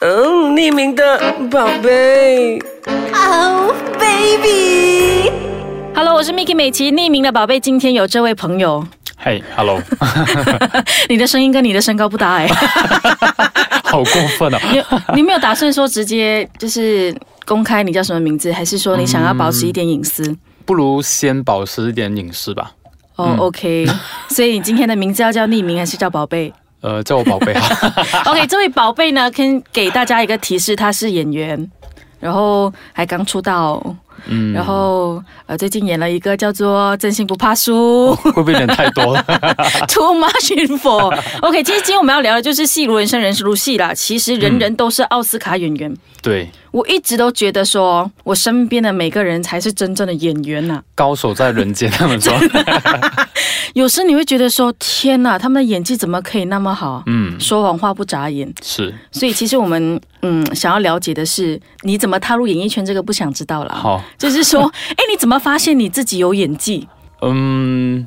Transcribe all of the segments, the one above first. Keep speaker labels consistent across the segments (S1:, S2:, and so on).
S1: 哦匿名的宝贝。
S2: Oh baby，
S3: Hello，我是 Miki 美琪，匿名的宝贝。今天有这位朋友，
S4: 嘿、h e l l o
S3: 你的声音跟你的身高不搭哎、
S4: 好过分啊！
S3: 你你没有打算说直接就是公开你叫什么名字，还是说你想要保持一点隐私？
S4: 不如先保持一点隐私吧。
S3: 哦、o k 所以你今天的名字要叫匿名还是叫宝贝
S4: 呃，叫我宝贝哈。
S3: ？OK，这位宝贝呢，跟给大家一个提示，他是演员，然后还刚出道，
S4: 嗯，
S3: 然后呃最近演了一个叫做《真心不怕输》
S4: 会不会有点太多 了？
S3: Too much info。OK，其实 今天我们要聊的就是戏如人生，人如戏啦。其实
S4: 嗯
S3: 人人都是奥斯卡演员。
S4: 对，
S3: 我一直都觉得说，我身边的每个人才是真正的演员呐、
S4: 高手在人间，他们说。
S3: 有时你会觉得说，天呐，他们的演技怎么可以那么好？
S4: 嗯，
S3: 说谎话不眨眼，
S4: 是。
S3: 所以其实我们嗯想要了解的是，你怎么踏入演艺圈这个不想知道啦。
S4: 好，
S3: 就是说，哎，你怎么发现你自己有演技？
S4: 嗯，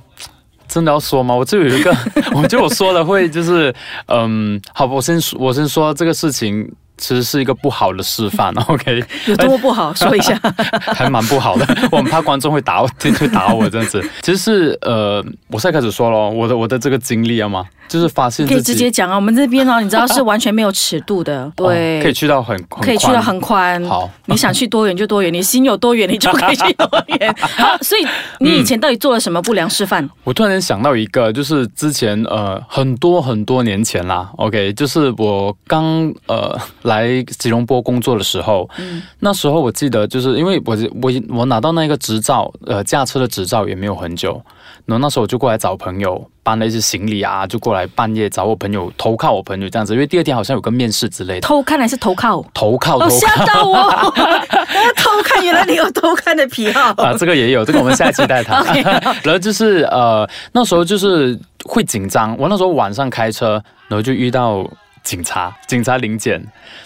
S4: 真的要说吗？我这有一个， 我觉得我说了会就是，嗯，好，我先说我先说这个事情。其实是一个不好的示范啊 ，OK，
S3: 有多么不 好？说一下。
S4: 还蛮不好的。 我很怕观众会打我，会打我这样子。其实是呃，我现在开始说咯，我的我的这个经历啊嘛，就是发现
S3: 可以
S4: 自
S3: 直
S4: 己
S3: 接讲啊，我们这边哦，你知道是完全没有尺度的，
S4: 哦
S3: 对，
S4: 可以去到很很
S3: 可以去
S4: 宽
S3: 到很宽。
S4: 好
S3: 你想去多远就多远，你心有多远，你就可以去多 远。好，所以
S4: 嗯
S3: 你以前到底做了什么不良示范？
S4: 我突然间想到一个，就是之前呃很多很多年前啦，OK，就是我刚呃来吉隆坡工作的时候，
S3: 嗯
S4: 那时候我记得就是因为我我我拿到那个执照，呃驾车的执照也没有很久，然后那时候我就过来找朋友，搬了一些行李啊，就过来半夜找我朋友投靠我朋友这样子，因为第二天好像有个面试之类的，
S3: 偷看还是投 靠？
S4: 投靠投
S3: 哦，
S4: 靠。
S3: 吓 到我！我偷看，原来你有偷看的癖好。
S4: 啊， 这个也有，这个我们下一期再谈。 然后就是呃，那时候就是会紧张，我那时候晚上开车，然后就遇到。警察，警察临检，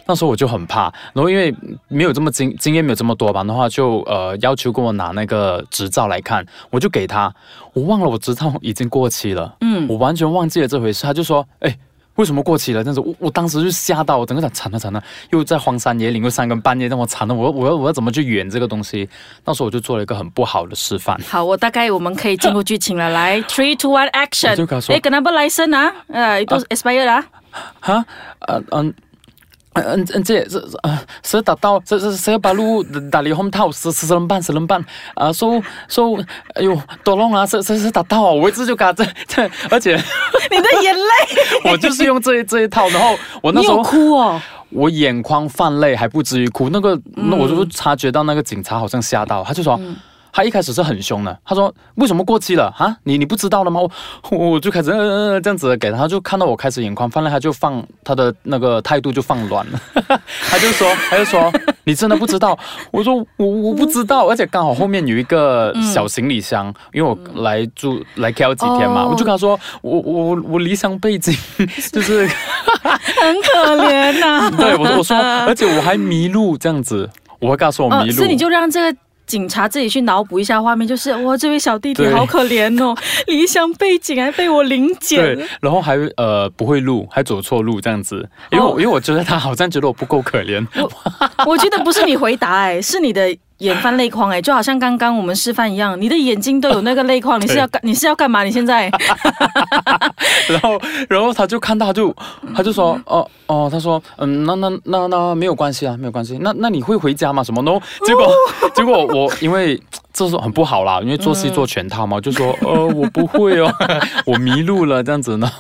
S4: 那时候我就很怕，然后因为没有这么经经验没有这么多吧，的话就呃要求跟我拿那个执照来看，我就给他，我忘了我执照已经过期了，
S3: 嗯
S4: 我完全忘记了这回事，他就说，哎。为什么过期了？这样子，我我当时就吓到，我整个人惨了惨了，又在荒山野岭，又三更半夜，让我惨了，我我要我要怎么去圆这个东西？那时候我就做了一个很不好的示范，
S3: 好，我大概我们可以进入剧情了。来，three two one
S4: 我就跟他
S3: action！
S4: 说
S3: 哎，跟他不 license 啊，呃，都 expire 啊。
S4: 哈，呃嗯。嗯嗯嗯，这这啊，是打到这这是把路打离红套十十人半十人半啊，说说哎呦，多弄啊，这这是打到啊，我一直就嘎这这，而且
S3: 你的眼泪，
S4: 我就是用这一这一套，然后我 那
S3: 你
S4: 时
S3: 有
S4: 候
S3: 哭哦。
S4: 我眼眶泛泪，还不至于哭。那个，那我就察觉到那个警察好像吓到，他就说。他一开始是很凶的，他说：“为什么过期了啊？你你不知道了吗？”我我我就开始、呃呃呃、这样子给他，他就看到我开始眼眶泛泪，他就放他的那个态度就放软了， 他就说他就说你真的不知道？我说我我不知道，而且刚好后面有一个小行李箱，因为我来住来 KL 几天嘛，
S3: 哦
S4: 我就跟他说我我我离乡背景 就是。
S3: 很可怜啊呐、
S4: 对，我 说我说，而且我还迷路这样子，我会告诉我迷
S3: 哦
S4: 路，
S3: 所以你就让这个警察自己去脑补一下画面，就是哇，这位小弟 弟
S4: 对
S3: 好可怜哦，离乡背景还被我临
S4: 对
S3: 检。，
S4: 然后还呃不会路，还走错路这样子，因为
S3: 哦
S4: 我、因为我觉得他好像觉得我不够可怜，
S3: 我觉得不是你回答哎、是你的眼泛泪 眶哎、就好像刚刚我们示范一样，你的眼睛都有那个泪眶，你是要干你是要干嘛？你现在
S4: 然后然后他就看到他就他就说哦哦，他说嗯那那那那没有关系啊，没有关系，那那你会回家吗？什么？然后
S3: 哦
S4: 结果、结果我因为。这是很不好啦，因为做戏
S3: 嗯
S4: 做全套嘛，我就说呃我不会哦， 我迷路了这样子呢，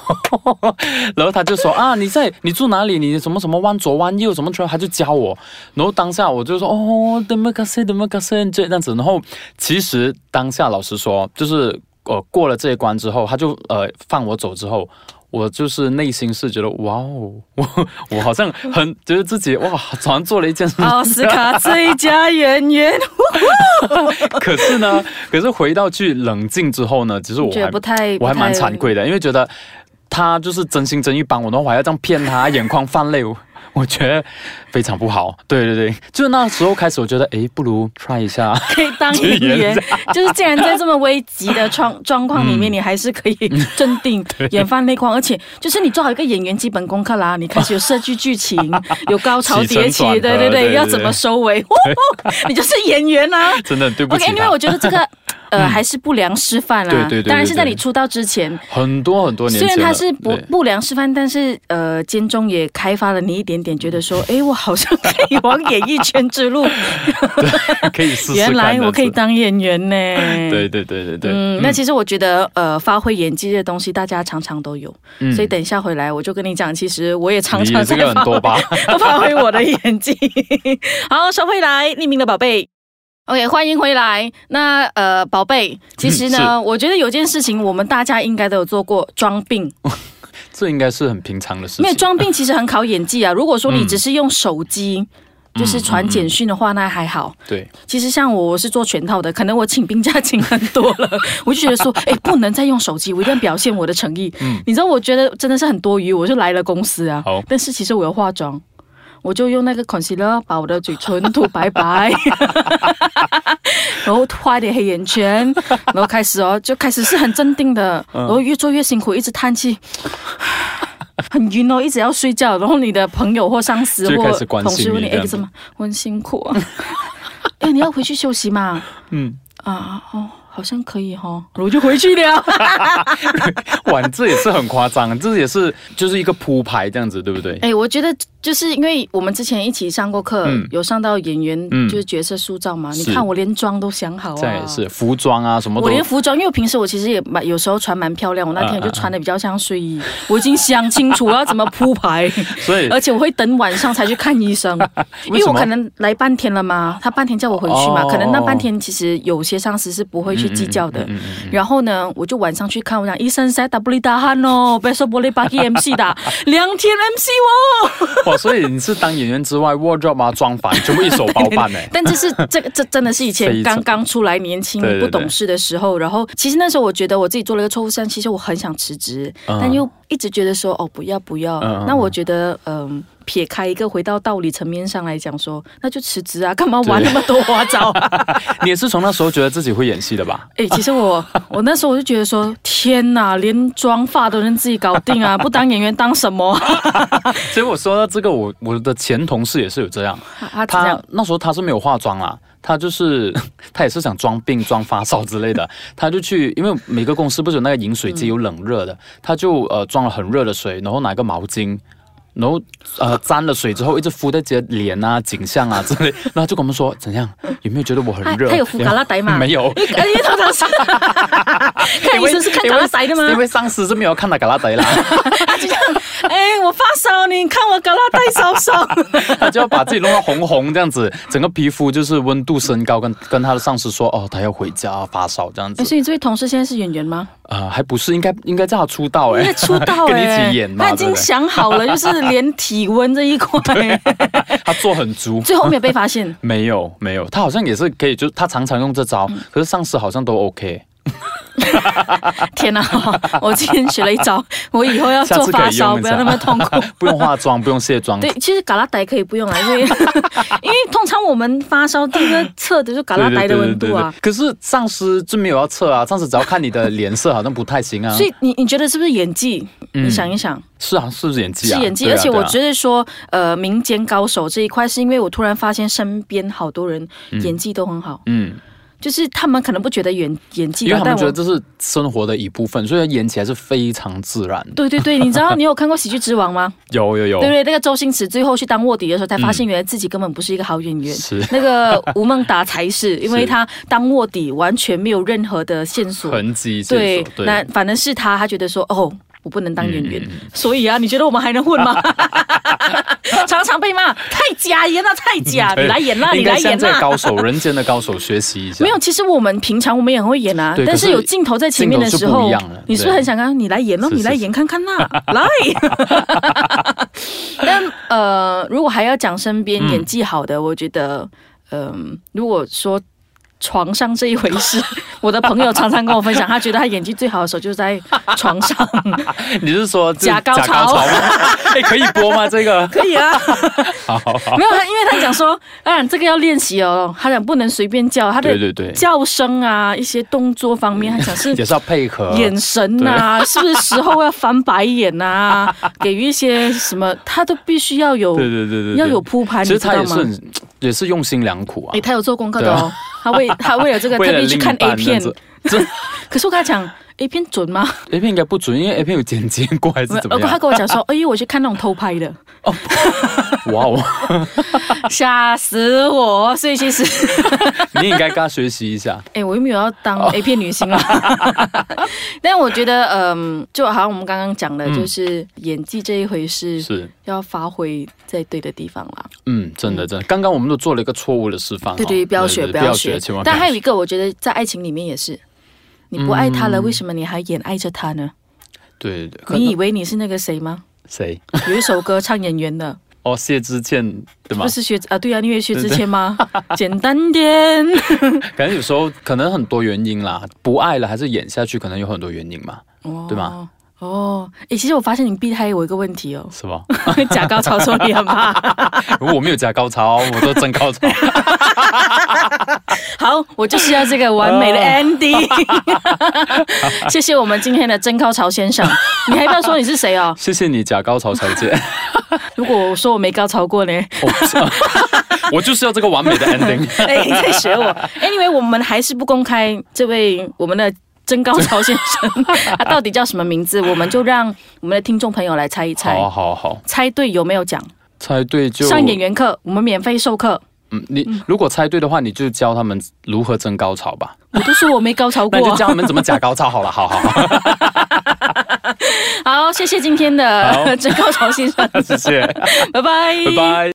S4: 然后他就说啊，你在你住哪里？你什么什么弯左弯右什么圈？他就教我。然后当下我就说哦，怎么个事，怎么个事，这样子。然后其实当下老实说，就是呃过了这一关之后，他就呃放我走之后。我就是内心是觉得，哇哦，我我好像很觉得自己哇，好像做了一件事情
S3: 奥斯卡最佳演员，
S4: 可是呢，可是回到去冷静之后呢，其实我
S3: 觉得
S4: 还
S3: 不太
S4: 我还蛮
S3: 不太
S4: 惭愧的，因为觉得他就是真心真意帮我，然后我还要这样骗他，眼眶泛泪。我 我觉得非常不好。对对对，就那时候开始，我觉得诶，不如 try 一下。
S3: 可以当演
S4: 演
S3: 员，就是既然在这么危急的状状况里面，你还是可以镇 定、眼泛泪光，而且就是你做好一个演员基本功课啦，你开始有设计剧情，有高潮迭
S4: 起
S3: 起
S4: 承，转合
S3: 对
S4: 对
S3: 对
S4: 对对
S3: 对，要怎么收 尾，你就是演员啦。
S4: 真的 对不起
S3: OK，
S4: 他。
S3: 因为我觉得这 个。呃，还是不良示范啦。
S4: 对对对对
S3: 当然是在你
S4: 对
S3: 出道之前，
S4: 很多很多年
S3: 虽
S4: 前了，
S3: 然他是不
S4: 对
S3: 不良示范，但是呃，间中也开发了你一点点，觉得说， 诶，我好像可以往演艺圈之路，
S4: 可以试试看
S3: 原来
S4: 这样
S3: 我可以
S4: 子
S3: 当演员 呢。
S4: 对对对对对，
S3: 嗯，那其实我觉得，呃，发挥演技这东西，大家常常都有。
S4: 嗯
S3: 所以等一下回来，我就跟你讲，其实我也常
S4: 你
S3: 常
S4: 也是
S3: 在
S4: 个很
S3: 发
S4: 多
S3: 挥
S4: 吧
S3: 发挥我的演技。 好，收回来，匿名的宝贝。OK，欢迎回来。那呃，宝贝，其实呢，我觉得有件事情，我们大家应该都有做过，装病。
S4: 这应该是很平常的事情。
S3: 没有装病，其实很考演技啊。如果说你只是用手机，就是传嗯简讯的话，那还好。
S4: 对，
S3: 其实像我，我是做全套的，可能我请病假请很多了， 我就觉得说，哎、不能再用手机，我一定要表现我的诚意。你知道，我觉得真的是很多余，我就来了公司啊
S4: 好，
S3: 但是其实我有化妆。我就用那个 concealer 把我的嘴唇涂白白，然后画一点黑眼圈，然 后开始哦，就开始是很镇定的，
S4: 嗯
S3: 然后越做越辛苦，一直叹气，很晕哦，一直要睡觉。然后你的朋友或上司
S4: 就
S3: 或
S4: 开始关
S3: 同
S4: 心
S3: 事问
S4: 你
S3: 你，
S4: 这
S3: 哎
S4: 样，子
S3: 怎么我很辛苦啊？ 哎，你要回去休息嘛？
S4: 嗯，
S3: 啊，哦，好像可以哈、哦，我就回去了。
S4: 哇，这也是很夸张，这也是就是一个铺排这样子，对不对？
S3: 哎，我觉得就是因为我们之前一起上过课，
S4: 嗯
S3: 有上到演员、
S4: 嗯
S3: 就是角色塑造嘛。你
S4: 是
S3: 看我连妆都想好啊，
S4: 这也是服装啊，什么
S3: 我
S4: 都
S3: 连服装，因为平时我其实也蛮有时候穿蛮漂亮，我那天
S4: 啊啊
S3: 就穿的比较像睡衣， 我已经想清楚我要怎么铺排，
S4: 所以
S3: 而且我会等晚上才去看医生，因
S4: 为
S3: 为
S4: 什
S3: 我
S4: 么
S3: 可能来半天了嘛，他半天叫我回去嘛，
S4: 哦
S3: 可能那半天其实有些上司是不会去计较
S4: 嗯
S3: 的。然后呢，我就晚上去看，我讲医生塞打不利打汗哦， 别说玻璃巴 MC 打两天 MC 哦。
S4: 哇，所以你是当演员之外，wardrobe 啊、妆法全部一手包 办呢。
S3: 但这是这个这真的是以
S4: 非
S3: 前
S4: 常
S3: 刚刚出来年轻
S4: 对对对
S3: 不懂事的时候，然后其实那时候我觉得我自己做了一个错误事，但其实我很想辞职，
S4: 嗯
S3: 但又一直觉得说哦不要不要
S4: 嗯嗯，
S3: 那我觉得嗯。撇开一个回到道理层面上来讲说，那就辞职啊，干嘛玩那么多花招 啊？
S4: 你也是从那时候觉得自己会演戏的吧？
S3: 哎、其实我我那时候我就觉得说，天哪，连妆发都能自己搞定 啊，不当演员当什么？啊
S4: 所以我说到这个，我我的前同事也是有这样，
S3: 他啊他这
S4: 他
S3: 样，
S4: 那时候他是没有化妆啦，他就是 他也是想装病、装发烧之类的，他就去，因为每个公司不是有那个饮水机有冷热的，他就呃装了很热的水，然后拿一个毛巾。然后，呃，沾了水之后，一直敷在自己的脸啊、颈项啊之类， 然后就跟我们说怎样，有没有觉得我很
S3: 他
S4: 热？
S3: 他有敷
S4: 然后
S3: 嘎拉呆吗
S4: 没有，
S3: 哎，因为他 他是看医生是看
S4: 因
S3: 嘎
S4: 为
S3: 拉呆的吗
S4: 因？为上司是没有看到嘎拉呆啦，
S3: 哎、我发烧，你看我嘎拉带烧烧。
S4: 他就要把自己弄到红红这样子，整个皮肤就是温度升高，跟跟他的上司说，哦，他要回家发烧这样子
S3: 哎，。 所以你这位同事现在是演员吗？
S4: 呃，还不是应该应该叫他出道哎、
S3: 因为出道
S4: 跟你
S3: 哎、
S4: 一起演嘛，
S3: 他已
S4: 对不
S3: 经
S4: 对
S3: 想好了，就是连体温这一 块，
S4: 他做 很足。
S3: 最后没有被发现。
S4: 没有没有，他好像也是可以，就他常常用这
S3: 嗯
S4: 招，可是上司好像都 OK，
S3: 天哪、 我今天学了一 招，我以后要
S4: 下
S3: 做
S4: 次可
S3: 发
S4: 以用
S3: 烧，
S4: 一
S3: 不要那么
S4: 下，
S3: 痛苦。
S4: 不用化妆，不用卸妆，
S3: 对，其实嘎拉呆可以不用啊，因为 因为通常我们发烧第一个测的就是嘎拉呆的温度啊。
S4: 对对对对对可是上司就没有要测啊，上司只要看你的脸色，好像不太行啊。
S3: 所以你你觉得是不是演技？
S4: 嗯
S3: 你想一想，
S4: 是啊，是不是演技
S3: 是
S4: 啊？
S3: 演技，
S4: 对
S3: 而
S4: 啊
S3: 且我
S4: 对啊
S3: 觉得说，呃，民间高手这一块，是因为我突然发现身边好多人演技都很好，
S4: 嗯，
S3: 就是他们可能不觉得演演技
S4: 因为
S3: 吧，
S4: 他
S3: 但
S4: 们觉
S3: 我
S4: 得这是生活的一部分，所以演起来是非常自然。
S3: 对对对，你知 道你有看过《喜剧之王》吗？
S4: 有有有，
S3: 对对，那个周星驰最后去当卧底的时候，才发现原来自己根本不是一个好演员。
S4: 嗯是
S3: 那个吴孟达才是，因为
S4: 是
S3: 他当卧底完全没有任何的线索，
S4: 痕迹线
S3: 对
S4: 索，
S3: 那反正是他，他觉得说哦。我不能当演
S4: 嗯
S3: 员，所以啊，你觉得我们还能混 吗？常常被骂太假演了，太假，你来演啦，你
S4: 应该
S3: 来演
S4: 向这个
S3: 啦。
S4: 高手，人间的高手学习一 下。
S3: 没有，，其实我们平常我们也很会演啊
S4: 对，
S3: 但
S4: 可
S3: 是
S4: 是
S3: 有镜头在前面的时
S4: 镜头是不
S3: 候
S4: 一样的，
S3: 你是不是
S4: 对
S3: 很想看？你来演咯，
S4: 是
S3: 你来
S4: 是
S3: 演看看 啦，来。 但嗯呃，如果还要讲身边演技好的，我觉得，嗯、如果说床上这一回事。 我的朋友常常跟我分享，他觉得他演技最好的时候就是在床 上。
S4: 你是说这
S3: 假高潮
S4: 吗？哎、可以播 吗？这个
S3: 可以啊，
S4: 好好好
S3: 没，有他，因为他讲说，当然这个要练习哦，他讲不能随便叫，他
S4: 对
S3: 的
S4: 对对，
S3: 叫声啊，一些动作方面，他讲 是
S4: 也是要配合
S3: 眼神呐、 是不是时候要翻白眼呐、 给予一些什么，他都必须要有
S4: 对对对对，对
S3: 要有铺排，
S4: 其
S3: 你
S4: 实
S3: 知
S4: 他
S3: 道
S4: 也是
S3: 吗？
S4: 很也是用心良苦啊
S3: 诶，，他有做功课的哦，他 为他为了这个
S4: 为
S3: 特
S4: 了
S3: 地去看
S4: 另
S3: A
S4: 一半这样
S3: 片
S4: 子，
S3: 可是我跟他讲 A 片准吗？
S4: A 片应该不准，因为 A 片有剪接过还 是怎么
S3: 然后他
S4: 样？
S3: 跟我讲说，哎呦，我去看那种偷拍的，
S4: 哇哦，
S3: 吓死我！所以其实，
S4: 你应该跟他学习一下。
S3: 哎，我又没有要当
S4: 哦
S3: A 片女星了，啊 但我觉得，嗯，就好像我们刚刚讲的，
S4: 嗯
S3: 就是演技这一回事，
S4: 是，
S3: 要发挥在对的地方啦。
S4: 嗯，真的真的，刚刚我们都做了一个错误的示范哦。
S3: 对对，不要学，
S4: 对
S3: 不
S4: 对
S3: 要
S4: 要
S3: 学。
S4: 千万不要
S3: 但
S4: 学。
S3: 还有一个，我觉得在爱情里面也是，你不爱他了，为什么你还眼爱着他呢？
S4: 对对对，嗯可
S3: 你以
S4: 能
S3: 为你是那个谁 吗？
S4: 谁？
S3: 有一首歌唱演员 的，
S4: 哦，谢之倩对吗
S3: 不？是薛啊？对啊，你以为薛之谦 吗？简单点，
S4: 可能有时候可能很多原因啦，不爱了还是演下去，可能有很多原因嘛，对吗？，
S3: 哦，哎、其实我发现你避开我一个问题哦
S4: 是吧？
S3: 假高潮说你很怕。
S4: 如果我没有加高潮，我都真高潮。
S3: 好，我就是要这个完美的
S4: 哦
S3: ending。谢 谢我们今天的真高潮先生，你还不要说你是谁哦？
S4: 谢谢你，假高潮小姐。
S3: 如果我说我没高潮过呢？
S4: 我不知道我就是要这个完美的 ending。
S3: 哎、你在学我。Anyway，我们还是不公开这位我们的真高潮先生， 他到底叫什么名字？我们就让我们的听众朋友来猜一猜，
S4: 好好好，
S3: 猜对有没有奖？
S4: 猜对就
S3: 上演。员课，我们免费授 课。
S4: 嗯，你如果猜对的话，你就教他们如何增高潮吧。
S3: 我都说我没高潮过
S4: 那你就。教他们怎么假高潮好了。好好好，
S3: 好，谢谢今天的
S4: 好
S3: 真高潮先生，
S4: 谢谢，
S3: 拜拜，
S4: 拜。拜。